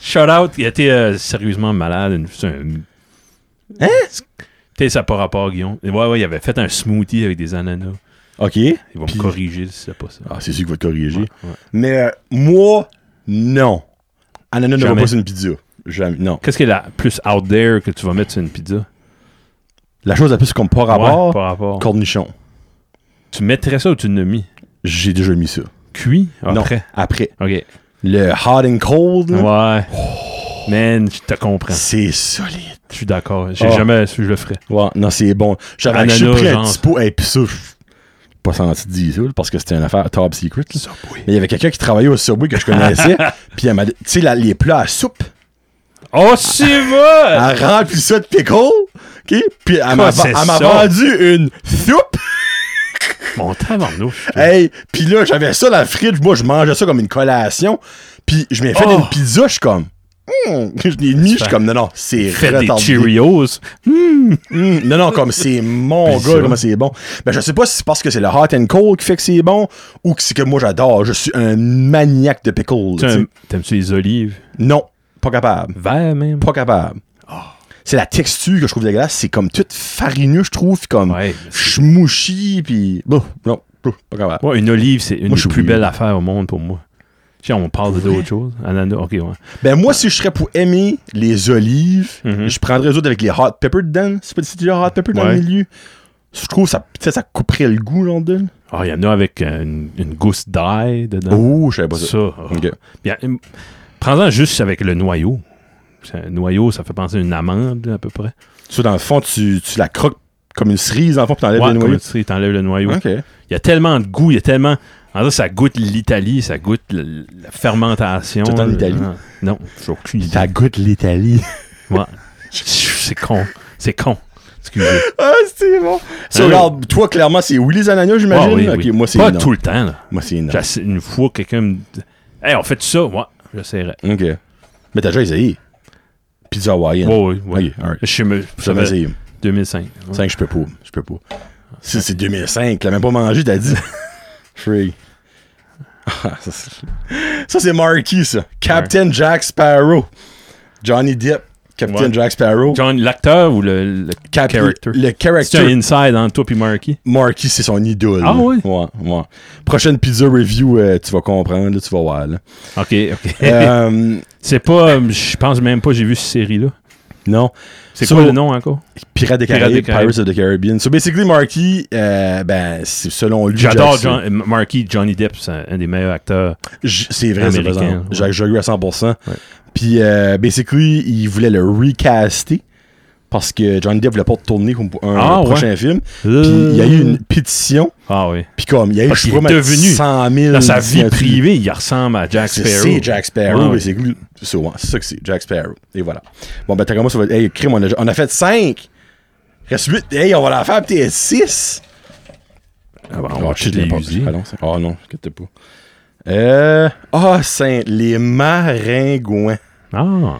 Shout out, il était euh, sérieusement malade. Une- c'est un-
Hein?
T'es ça par rapport, Guillaume. Ouais, ouais, il avait fait un smoothie avec des ananas.
OK.
Il va
Puis-
me corriger si c'est pas ça.
Ah, c'est sûr qu'il va te corriger.
Ouais, ouais.
Mais euh, moi, non. Ananas ne va
Jamais.
pas sur une pizza. Jamais. Non.
Qu'est-ce qui est la plus out there que tu vas mettre sur une pizza?
La chose la plus comme pas
Ouais,
rapport,
par rapport.
cornichon.
Tu mettrais ça ou tu l'as mis?
J'ai déjà mis ça.
Cuit?
Non, Hein?
Après?
après.
OK.
Le hot and cold, là,
Ouais.
Oh.
Man, je te comprends.
c'est solide.
Je suis d'accord. J'ai
Ah.
jamais su, je le ferais.
Ouais, non, c'est bon. J'avais
Ananas,
acheté pris un
genre.
petit pot, et Eh, puis ça, pff, pas senti de dire ça, là, parce que c'était une affaire top secret. là. Mais il y avait quelqu'un qui travaillait au Subway que je *laughs* connaissais, puis elle m'a dit, tu sais, la- les plats à soupe,
Oh, c'est
Ah.
vrai!
elle remplit ça de pickle, ok? Puis elle m'a
c'est
elle m'a
ça?
vendu une soupe,
Mon tabarnouche.
hey! Puis là, j'avais ça dans le fridge, moi, je mangeais ça comme une collation, puis je m'ai fait
Oh.
une pizza, je suis comme, Hum, je l'ai mis, je suis
Fait-
comme, non, non, c'est
Faites des
retardé.
Cheerios.
Hum, non, non, comme c'est mon
Puis ça.
gars, comment c'est bon. Ben, je sais pas si c'est parce que c'est le hot and cold qui fait que c'est bon ou que c'est que moi j'adore. Je suis un maniaque de pickles.
Tu sais,
tu sais.
un- T'aimes-tu les olives?
Non, pas capable.
Vert même?
Pas capable.
Ah.
C'est la texture que je trouve dégueulasse. C'est comme toute farineux, je trouve, puis comme
Ouais, mais c'est-
chmouchi, puis. Bon, non, bon, pas capable.
Ouais, une olive, c'est une
Moi,
des
je suis
plus
weird.
belles affaires au monde pour moi. Tiens, on parle de d'autres choses. Ananas, ok, ouais.
Ben, moi, si je serais pour aimer les olives,
Mhm.
je prendrais les autres avec les hot peppers dedans. C'est pas si tu hot pepper dans
Ouais.
le milieu. Je trouve ça, tu sais, ça couperait le goût, genre, d'elle.
Ah, il y en a avec euh, une, une gousse d'ail dedans.
Oh, je savais pas ça.
ça. ah.
Ok.
Bien, euh, prends-en juste avec le noyau. C'est Un noyau, ça fait penser à une amande, à peu près.
Ça, dans le fond, tu, tu la croques comme une cerise, dans le fond, puis t'enlèves
Ouais,
les
comme
noyaux.
tu sais, t'enlèves le noyau.
Ok.
Il y a tellement de goût, il y a tellement. En vrai, ça goûte l'Italie, ça goûte le- la fermentation.
Tout en
le-
Italie?
Ah, Non, j'ai aucune idée.
Ça goûte l'Italie.
Ouais. C'est con. C'est con. Excusez.
*laughs* ah, c'est bon. Ça,
Ah,
genre, toi, clairement, c'est oui les ananas, j'imagine.
Ah oui,
ok,
oui.
moi, c'est
Pas
non.
tout le temps, là.
Moi, c'est non.
J'ass- Une fois, quelqu'un me dit Hey, on fait ça Ouais, j'essaierai.
Ok. Mais t'as déjà essayé. Pizza hawaïenne.
Ouais, ouais, Oh, ouais.
Ok, alright.
Je sais, mais-
J'ai
ça
jamais
fait
essayé.
2005. ouais.
5, je peux pas. Je peux pas. C'est, c'est 2005. T'as même pas mangé, t'as dit. *laughs* Free. Ah, ça, c'est- ça, c'est Marky, ça. Captain Jack Sparrow. Johnny Depp. Captain
Ouais.
Jack Sparrow.
John, l'acteur ou le, le
Cap-
character
Le
C'est
character.
un inside entre toi puis Marky.
Marky, c'est son idole.
Ah ouais?
Ouais, ouais. Prochaine pizza review, euh, tu vas comprendre, là, tu vas voir. là.
Ok, ok.
Euh,
*laughs* c'est pas. euh, Je pense même pas, j'ai vu cette série-là.
non.
C'est
So-
quoi le nom encore
Pirates des
Pirates
Caraïbes,
des Caraïbes.
Pirates of the Caribbean. So basically, Marky, euh, ben, c'est selon lui.
J'adore
Jackson.
John- Marky, Johnny Depp, c'est un un des meilleurs acteurs.
J- C'est vrai, c'est
Américain,
présent. J'ai
ouais.
j'ai eu à 100%.
Ouais.
Puis, euh, basically, il voulait le recaster parce que Johnny Depp voulait pas tourner comme pour un
Ah, ouais.
prochain film. Puis, il y a eu une pétition.
Ah oui.
Puis, comme, il y a eu,
Parce
je
qu'il
crois,
est
même
devenu,
100 000.
Dans sa vie
signatures.
privée, il ressemble à Jack
C'est-
Sparrow. Ah
C'est Jack Sparrow,
Ouais,
mais
ouais.
c'est lui. C'est ouais, c'est ça que c'est, Jack Sparrow. Et voilà. Bon, ben, t'as commencé, ça va- Hey, crime, on a, on a fait 5. Reste 8. Hey, on va la faire, puis t'es 6.
Ah, bah,
Oh,
on va
shit,
toutes les
n'importe-
user.
Ah non, c'est- ah non, inquiète pas. Euh. Ah, Saint, les maringouins.
Ah.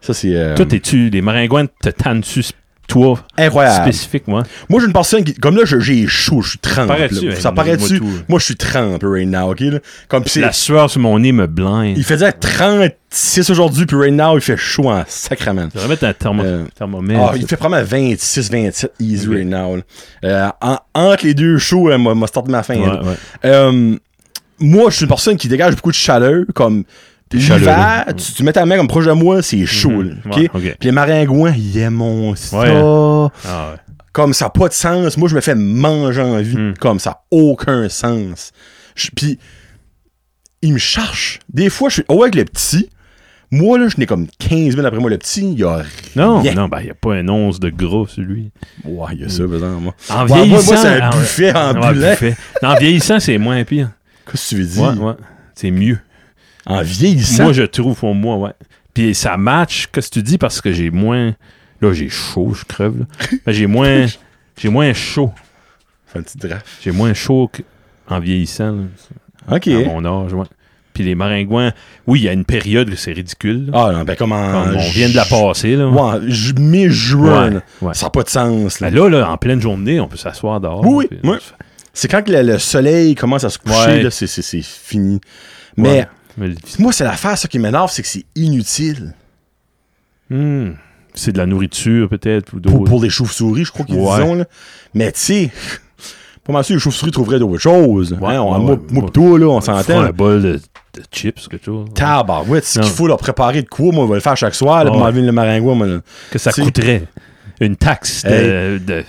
Ça, c'est. euh,
Toi, t'es-tu. Les maringouins te tannent-tu, sp- toi,
incroyable.
spécifique, moi?
Moi, j'ai une personne qui. Comme là, je- j'ai chaud, je suis trempe.
Parais-tu,
là.
hein,
Ça
moi,
paraît-tu?
moi, tout.
Moi, je suis trempe right now, ok? là? Comme pis c'est.
La sueur sur mon nez me blinde.
Il faisait 36 aujourd'hui, puis right now, il fait chaud en sacrament.
Je vais mettre un thermo-
Euh,
thermomètre.
Ah, il fait probablement 26, 27 easy
Ok.
right now. là. Euh, en- entre les deux shows, euh, moi, moi, start ma fin.
Ouais,
là.
ouais.
Euh, moi, je suis une personne qui dégage beaucoup de chaleur, comme l'hiver,
chaleureux.
tu, tu mets ta main comme proche de moi, c'est chaud.
Mhm.
là, ok?
Ouais, ok.
Puis les maringouins, ils aiment ça.
Ouais, hein. Ah, ouais.
Comme ça n'a pas de sens. Moi, je me fais manger en vie.
Mm.
Comme ça, aucun sens. Je- Puis, ils me cherchent. Des fois, je suis oh, avec le petit. Moi, là, je n'ai comme 15 000 après moi, le petit. Il y a
Non,
rien.
non, ben, il n'y a pas un once de gros, celui.
Ouais, il y a ça, par exemple, moi.
En
Ouais, moi- moi,
vieillissant,
c'est un
en-
buffet en
Ouais,
boulet.
buffet. Non, En vieillissant, c'est moins pire.
Qu'est-ce que tu veux dire?
Ouais, ouais. C'est mieux.
En vieillissant.
Moi, je trouve pour moi, ouais. Puis ça match, qu'est-ce que tu dis, parce que j'ai moins. Là, j'ai chaud, je creve, là.
*laughs*
Mais j'ai moins. J'ai moins chaud.
Fais un petit draft.
J'ai moins chaud que- en vieillissant, là,
OK.
à mon âge, ouais. Puis les maringouins, oui, il y a une période que c'est ridicule. là.
Ah, non, ben, comme en.
Comme on vient de la passer, là.
Ouais, en ju- mi-juin.
Ouais,
là.
ouais.
Ça n'a pas de sens, là.
Ben Là, là, en pleine journée, on peut s'asseoir dehors.
Oui,
puis-
oui. C'est quand que le, le soleil commence à se coucher,
Ouais.
là, c'est- c'est c'est fini. Mais
Ouais. Mais le-
moi, c'est l'affaire, ça qui m'énerve, c'est que c'est inutile.
Hmm. C'est de la nourriture, peut-être,
Pour,
ou d'autres.
pour les chauves-souris, je crois qu'ils
Ouais.
disent. Là. Mais tu sais, *laughs* pas mal sûr que les chauves-souris trouveraient d'autres choses.
Ouais,
Hein, on,
ouais,
moi,
ouais.
moi pis toi, là, on
Faire
s'entend.
un bol de, de chips, quelque chose.
Tabarouette, c'est qu'il
Non. Ah
faut leur préparer de quoi, moi, on va le faire chaque soir, là, pour
Ouais.
m'enlever le maringouin, moi, là.
que ça
T'sais-
coûterait une taxe de, de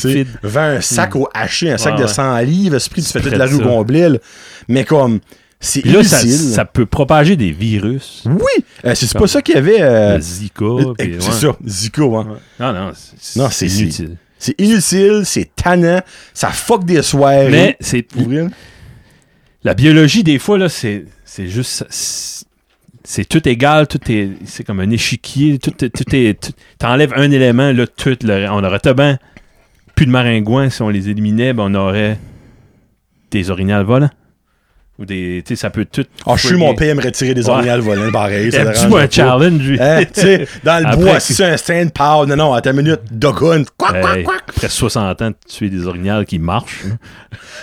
Tu sais,
fide.
vends un sac au haché, un sac
Ouais,
de
ouais.
100 livres, ce prix, tu fais toute
ferais
la rue
ça.
Gomblil. Mais comme, c'est
Puis là, ça,
inutile.
ça peut propager des virus.
Oui! Euh, c'est c'est pas ça qu'il y avait. euh,
le Zika. puis
eh,
ouais.
c'est ça, Zico. Hein.
Ouais. Non, non, c'est,
Non,
c'est
c'est-
inutile.
C'est inutile, c'est tannant, ça fuck des soirées.
Mais c'est,
Pour vrai.
la biologie, des fois, là, c'est, c'est juste... C'est, c'est tout égal, tout est, c'est comme un échiquier, tout, est- tout est... tout- t'enlèves un élément, là, tout, le- on aurait tellement plus de maringouins si on les éliminait, ben on aurait des orignales volants. Ou des, tu sais, ça peut tout.
Ah, je suis mon PM retiré des
Ouais.
ornières le volant, pareil. ça dérange
*laughs* Dis-moi un
pas.
challenge, lui.
Hein, tu
*laughs*
sais, dans le
Après-
bois, c'est un stand power. Non, non, à ta minute, Dogun. Quack, quack,
Hey,
quack.
Ben, après 60 ans, de tuer des orignales qui marchent. hein.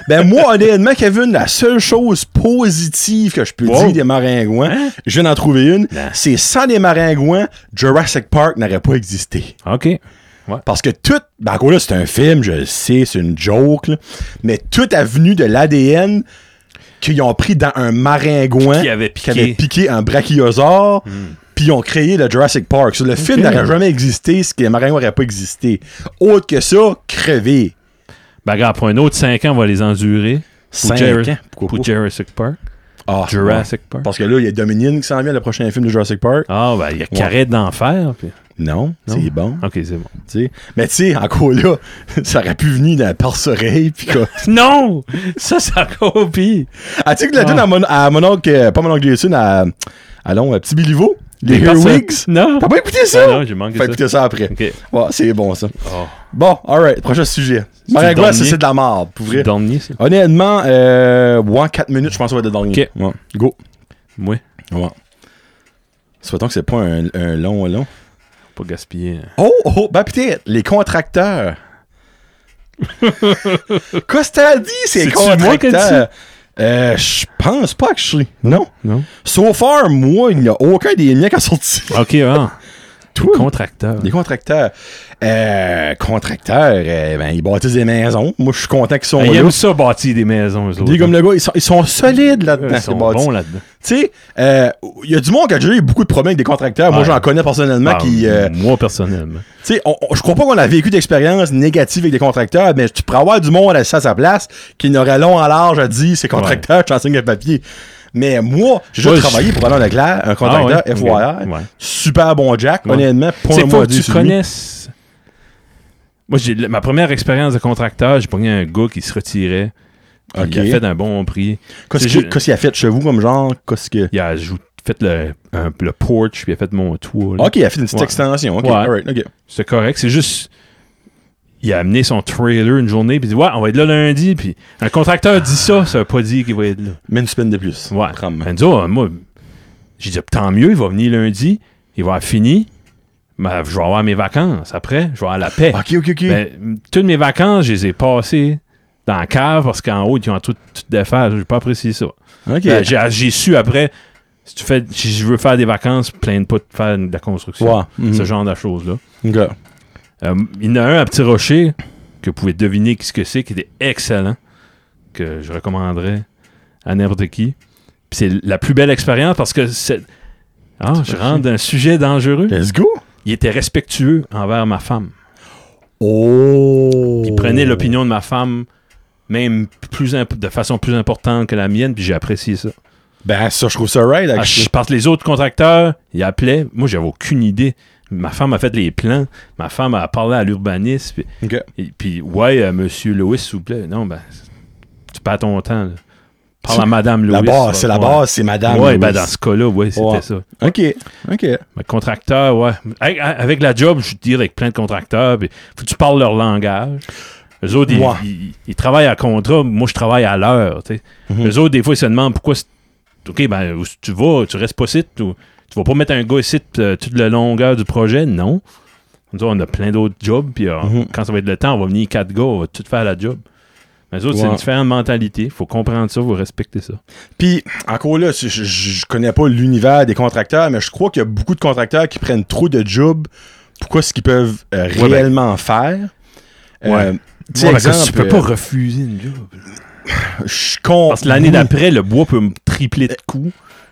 Ben, moi, honnêtement, Kevin, la seule chose positive que je peux
Wow.
dire des maringouins,
Hein?
je viens d'en trouver une,
Non.
c'est sans les maringouins, Jurassic Park n'aurait pas existé.
OK.
Parce que tout, ben, encore là, c'est un film, je le sais, c'est une joke, là, mais toute avenue de l'ADN qu'ils ont pris dans un maringouin
Qui avait
qui
piqué. Hmm.
avait piqué un brachiosaure, puis ils ont créé le Jurassic Park. So, le film
Ok.
n'aurait jamais existé, ce que les maringouins n'auraient pas existé. Autre que ça, crevé.
Ben, regarde, pour un autre 5 ans, on va les endurer.
Cinq
Jer-
ans, pourquoi
pour
pas?
Jurassic Park.
Ah,
Jurassic Park.
Parce que là, il y a Dominion qui s'en vient, le prochain film de Jurassic Park.
Ah, ben, il y a Carré d'enfer. puis-
Non,
Non. Ah.
c'est bon.
OK, c'est bon.
tu sais. Mais tu sais, encore là, *laughs* ça aurait pu venir d'un parce-oreille. Puis
*laughs*
quoi.
Non! Ça, ça copie.
Ah, tu sais que la
Ah.
tune à, mon, à mon oncle, euh, pas mon oncle Jason, à, allons, à euh, Petit Biliveau, les Earwigs.
Non.
T'as pas écouté
Ah
ça?
non, j'ai manqué
Faut
ça.
écouter ça après.
OK.
Ouais, c'est bon ça.
Oh.
Bon, alright, prochain sujet.
le
Maringouin,
dernier?
c'est c'est de la mort, pour
C'est le
vrai. Ah.
dernier, ça?
Honnêtement, euh, ouais, 4 minutes, je pense que ça va être le dernier.
Ok.
Ouais, go.
Moi,
Ouais. Souhaitons que c'est pas un, un long, long.
pas gaspiller. hein.
Oh, oh, bah peut-être, les
*laughs*
contracteurs. Qu'est-ce que t'as dit, ces
C'est-tu moi qui ai dit
contracteurs?
ça?
Euh, je pense pas que je suis. Non.
Non?
So far, moi, il n'y a aucun des miens qui a sorti.
*laughs* OK, ah.
Toi.
Contracteur.
Les contracteurs. Euh, contracteurs, euh, ben, ils bâtissent des maisons. Moi, je suis content qu'ils sont
Ah, Ils
là.
aiment ça bâtir des maison, eux autres. hein.
Dis comme le gars, ils sont, ils sont solides
Ils
là-dedans.
sont
ces bâtis.
bons là-dedans.
Tu sais, euh, il y a du monde qui a déjà eu beaucoup de problèmes avec des contracteurs. Moi,
Ouais.
j'en connais personnellement
Ah,
qui. euh,
Moi, personnellement.
Tu sais, on- on- je crois pas qu'on a vécu d'expériences négatives avec des contracteurs, mais tu pourrais avoir du monde à ça à sa place qui n'aurait long en large à dire c'est contracteur, je t'en signe le papier. Mais moi, j'ai
Ouais,
déjà
je-
travaillé pour Ballon Leclerc, un contracteur
Ah ouais?
FYR.
Ouais.
Super bon Jack,
Ouais.
honnêtement, point
C'est
à
faut
moi
que
à dire
tu
sur lui.
connaisses. Moi, j'ai ma première expérience de contracteur, j'ai pogné un gars qui se retirait. puis
Ok.
Il a fait un bon prix.
Qu'est-ce
C'est
qu'il
ju-
qu'est-ce qu'il a fait chez vous comme genre? Qu'est-ce que.
Il a jou- fait le, un- le porch, puis il a fait mon toit. là.
Ok, il a fait une petite
Ouais.
extension. Ok,
Ouais.
alright, ok.
C'est correct. C'est juste. Il a amené son trailer une journée, puis il dit Ouais, on va être là lundi. Puis un contracteur dit ça, ça veut pas dire qu'il va être là.
Mais une semaine de plus.
Ouais.
Ah. Comme-
Ben, nous autres, moi, j'ai dit Tant mieux, il va venir lundi, il va avoir fini. Ben, je vais avoir mes vacances après, je vais avoir la paix.
Ah, Ok, ok, ok.
Ben, toutes mes vacances, je les ai passées dans la cave parce qu'en haut, ils ont tout, tout défaire. J'ai pas apprécié ça.
ok.
Ben, j'ai, j'ai su après, si tu fais, si je veux faire des vacances, plains pas de faire de la construction.
Ouais. Mhm.
Ce genre de choses-là.
Ok.
Euh, il y en a un à Petit Rocher que vous pouvez deviner ce que c'est, qui était excellent, que je recommanderais à n'importe qui. Puis c'est la plus belle expérience parce que c'est. Ah, je rentre d'un sujet dangereux.
Let's go.
Il était respectueux envers ma femme.
Oh.
Il prenait l'opinion de ma femme, même plus imp- de façon plus importante que la mienne, puis j'ai apprécié ça.
Ben, ça, je trouve ça right,
Ah,
actually.
je- parce que les autres contracteurs, ils appelaient. Moi, j'avais aucune idée. Ma femme a fait les plans. Ma femme a parlé à l'urbaniste. Puis,
Ok.
et- puis, ouais, euh, monsieur Lewis, s'il vous plaît. Non, ben, tu perds ton temps. là. Parle
Tu-
à madame Lewis.
La base, c'est la
Ouais.
base, c'est madame.
ouais,
Louise.
ben, dans ce cas-là, ouais, c'était
Ouais.
ça.
Ok, ok.
Mais contracteur, ouais. Avec, avec la job, je deal avec plein de contracteurs. Puis, faut que tu parles leur langage. Eux autres, ils,
Ouais.
ils- ils travaillent à contrat. Moi, je travaille à l'heure. tu sais.
Mhm.
Eux autres, des fois, ils se demandent pourquoi. c'est- OK, ben, où tu vas, tu restes pas site. Ou, tu vas pas mettre un gars ici euh, toute la longueur du projet. Non. Nous autres, on a plein d'autres jobs. Puis, euh,
Mhm.
quand ça va être le temps, on va venir quatre gars, on va tout faire la job. Mais eux autres, c'est
Ouais.
une différente mentalité. faut comprendre ça, faut respecter ça.
Puis, encore là, je, je- je connais pas l'univers des contracteurs, mais je crois qu'il y a beaucoup de contracteurs qui prennent trop de jobs. Pourquoi ce qu'ils peuvent euh,
Ouais, ben-
réellement faire? Euh,
Ouais.
tu sais,
Ouais, parce que
exemple,
tu peux pas
euh,
refuser une job.
je compte.
Parce que l'année d'après, le bois peut me tripler de coups.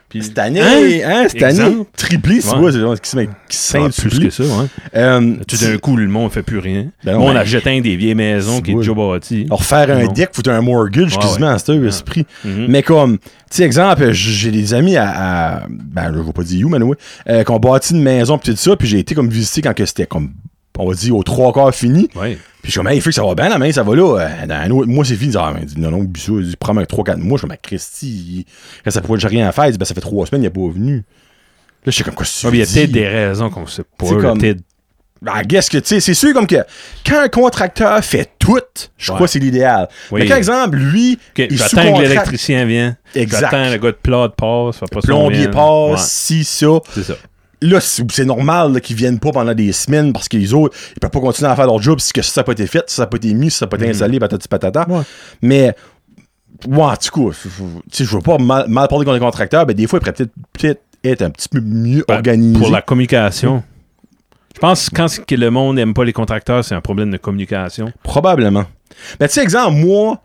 Puis-
Cette année, hein, cette
Exemple.
année, triplé, c'est
Ouais.
quoi? c'est- Qui, se met- qui
Ah, plus que
s'intitule.
ça, ouais.
Euh,
Tout d'un coup, le monde fait plus rien.
Ben
le
non,
monde
ben,
a jeté un des vieilles maisons
c'est
qui est
beau,
déjà bâtie.
alors, faire un
Non.
deck, faut un mortgage,
Ouais,
quasiment, à ce esprit.
Mhm.
Mais comme, tu sais, exemple, j- j'ai des amis à, à- ben, je vais pas dire où, mais anyway, euh, qui ont bâti une maison, pis tout ça, puis j'ai été comme visiter quand que c'était comme, on va dire, aux trois quarts fini.
Ouais.
Puis je suis comme, hey, fait que ça va bien, la main, ça va là. Euh, Dans un autre mois, c'est fini. Il dit, ah, ben, dis, non, non, oublie ça. Il dit, prends 3-4 mois. Je suis comme, ben, Christy, il- quand ça pourrait, j'ai rien à faire. Il dit, ben, ça fait 3 semaines, il n'est pas venu. Là, je suis comme, quoi,
Ouais, mais Il y a
c'est
peut-être des raisons qu'on sait pas.
C'est
là,
comme-
peut-être
Ben, guess que, tu sais, c'est sûr comme que quand un contracteur fait tout, je crois
Ouais.
que c'est l'idéal.
Oui.
Mais par exemple, lui,
Ok,
il
J'attends que
sous-contracte-
l'électricien vienne.
Exact.
J'attends le gars de plâtre passe. Fait pas
plombier
passe.
passe, si, ça.
c'est ça.
Là, c'est c'est normal là, qu'ils viennent pas pendant des semaines parce qu'ils autres, ils peuvent pas continuer à faire leur job si que ça n'a pas été fait, si ça n'a pas été mis, si ça n'a pas été installé, patati patata.
Mm. Ouais.
Mais, ouais, en tout cas, f- f- tu sais, je veux pas mal, mal parler contre les contracteurs, mais des fois, ils pourraient peut-être peut être un petit peu mieux
Ben,
organisés.
Pour la communication. Je pense que quand c'est que le monde n'aime pas les contracteurs, c'est un problème de communication.
Probablement. Mais tu sais, exemple, moi,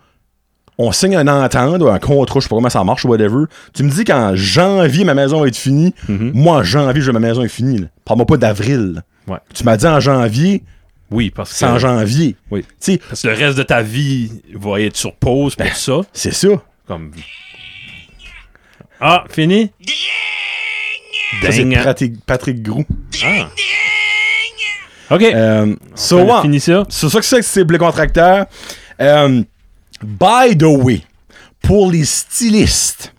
on signe un entente ou un contrat, je sais pas comment ça marche ou whatever. Tu me dis qu'en janvier, ma maison va être finie.
Mhm.
Moi, en janvier, je veux ma maison est finie. là. Parle-moi pas d'avril. là.
Ouais.
Tu m'as dit en janvier,
Oui, parce que,
c'est en janvier.
Oui.
Tu sais,
parce que le reste de ta vie va être sur pause
Ben.
pour ça.
c'est ça.
Comme... Ah, fini?
Ça, c'est
Dang.
Patrick, Patrick Groux.
Ah. OK.
Euh, so,
on
ouais.
a fini ça.
C'est ça que c'est que c'est le contracteur. Euh, by the way, pour les stylistes,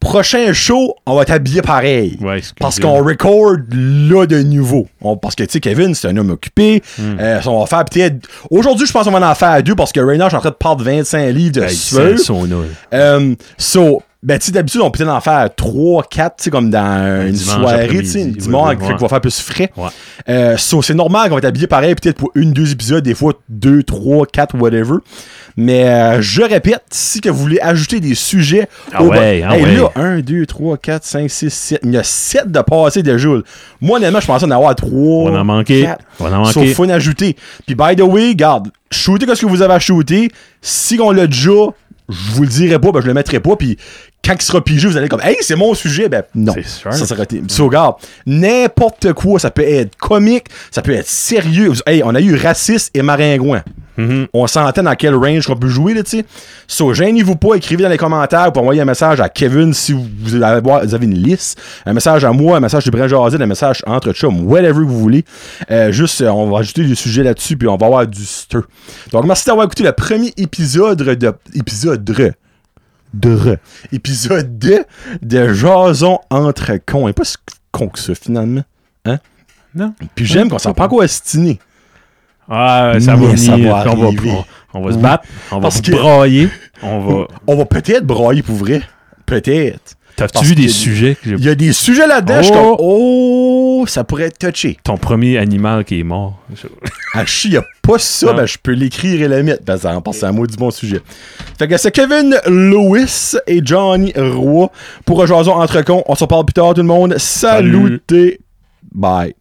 prochain show, on va t'habiller pareil.
Ouais, excusez.
Parce qu'on record là de nouveau. On- parce que, tu sais, Kevin, c'est un homme occupé. Euh, on va faire peut-être. Aujourd'hui, je pense qu'on va en faire deux parce que Reynard, je suis en train de perdre 25 livres de
Hey,
sueur.
c'est son nul.
Euh, so, ben, tu sais, d'habitude, on peut peut-être en faire 3, 4, tu sais, comme dans une
dimanche
soirée, tu
après-midi,
sais, une
oui,
dimanche,
oui,
fait
ouais.
qu'on va faire plus frais.
Ouais.
Euh, so, c'est normal qu'on va être habillé pareil, peut-être pour une, deux épisodes, des fois deux, trois, quatre, whatever. Mais euh, je répète, si que vous voulez ajouter des sujets
Ah
au-
ouais, ah
Hey,
ouais.
là, un, deux, trois, quatre, cinq, six, sept. Il y a sept de passés déjà. là. Moi, honnêtement, je pensais en avoir trois.
On en manquait.
quatre.
On en
So,
manquait.
faut en ajouter. Puis, by the way, garde, shootez qu'est-ce que vous avez à shooter. Si on l'a déjà, je vous le dirai pas, ben, je le mettrai pas. Puis, quand il sera pigé, vous allez comme, hey, c'est mon sujet. Ben, non.
C'est sûr.
Ça serait été- So, garde, n'importe quoi. Ça peut être comique, ça peut être sérieux. Hey, on a eu raciste et maringouin.
Mhm.
On s'entend dans quel range qu'on peut jouer, là, tu sais. So, gênez-vous pas, écrivez dans les commentaires pour envoyer un message à Kevin si vous vous avez, vous avez une liste. Un message à moi, un message de Brent Jazzy, un message entre chum, whatever que vous voulez. Euh, juste, euh, on va ajouter des sujets là-dessus, puis on va avoir du stir. Donc, merci d'avoir écouté le premier épisode de. Épisode de. de épisode de. de Jason entre cons. Et pas si con que ça, finalement. Hein?
Non.
Puis j'aime qu'on s'en prend quoi à ostiner.
Ah, ça va
Mais Mmh, ça
venir.
va
on, va,
arriver. Mmh.
on- on va se battre. On va
Parce
se
que- *laughs*
brailler. On va...
On va peut-être brailler pour vrai. Peut-être.
T'as-tu
Parce
vu des
que-
sujets que j'ai-
Il y a des sujets là-dedans, je suis comme,
Oh!
oh, ça pourrait être touché.
Ton premier animal qui est mort. Je-
Ah, chi, il n'y a pas ça,
Non.
ben, je peux l'écrire et le mettre, Ben, parce que pense à un mot du bon sujet. Fait que c'est Kevin Lewis et Johnny Roy pour un jason entre cons. On se parle plus tard, tout le monde.
Salut.
Salutez. Bye.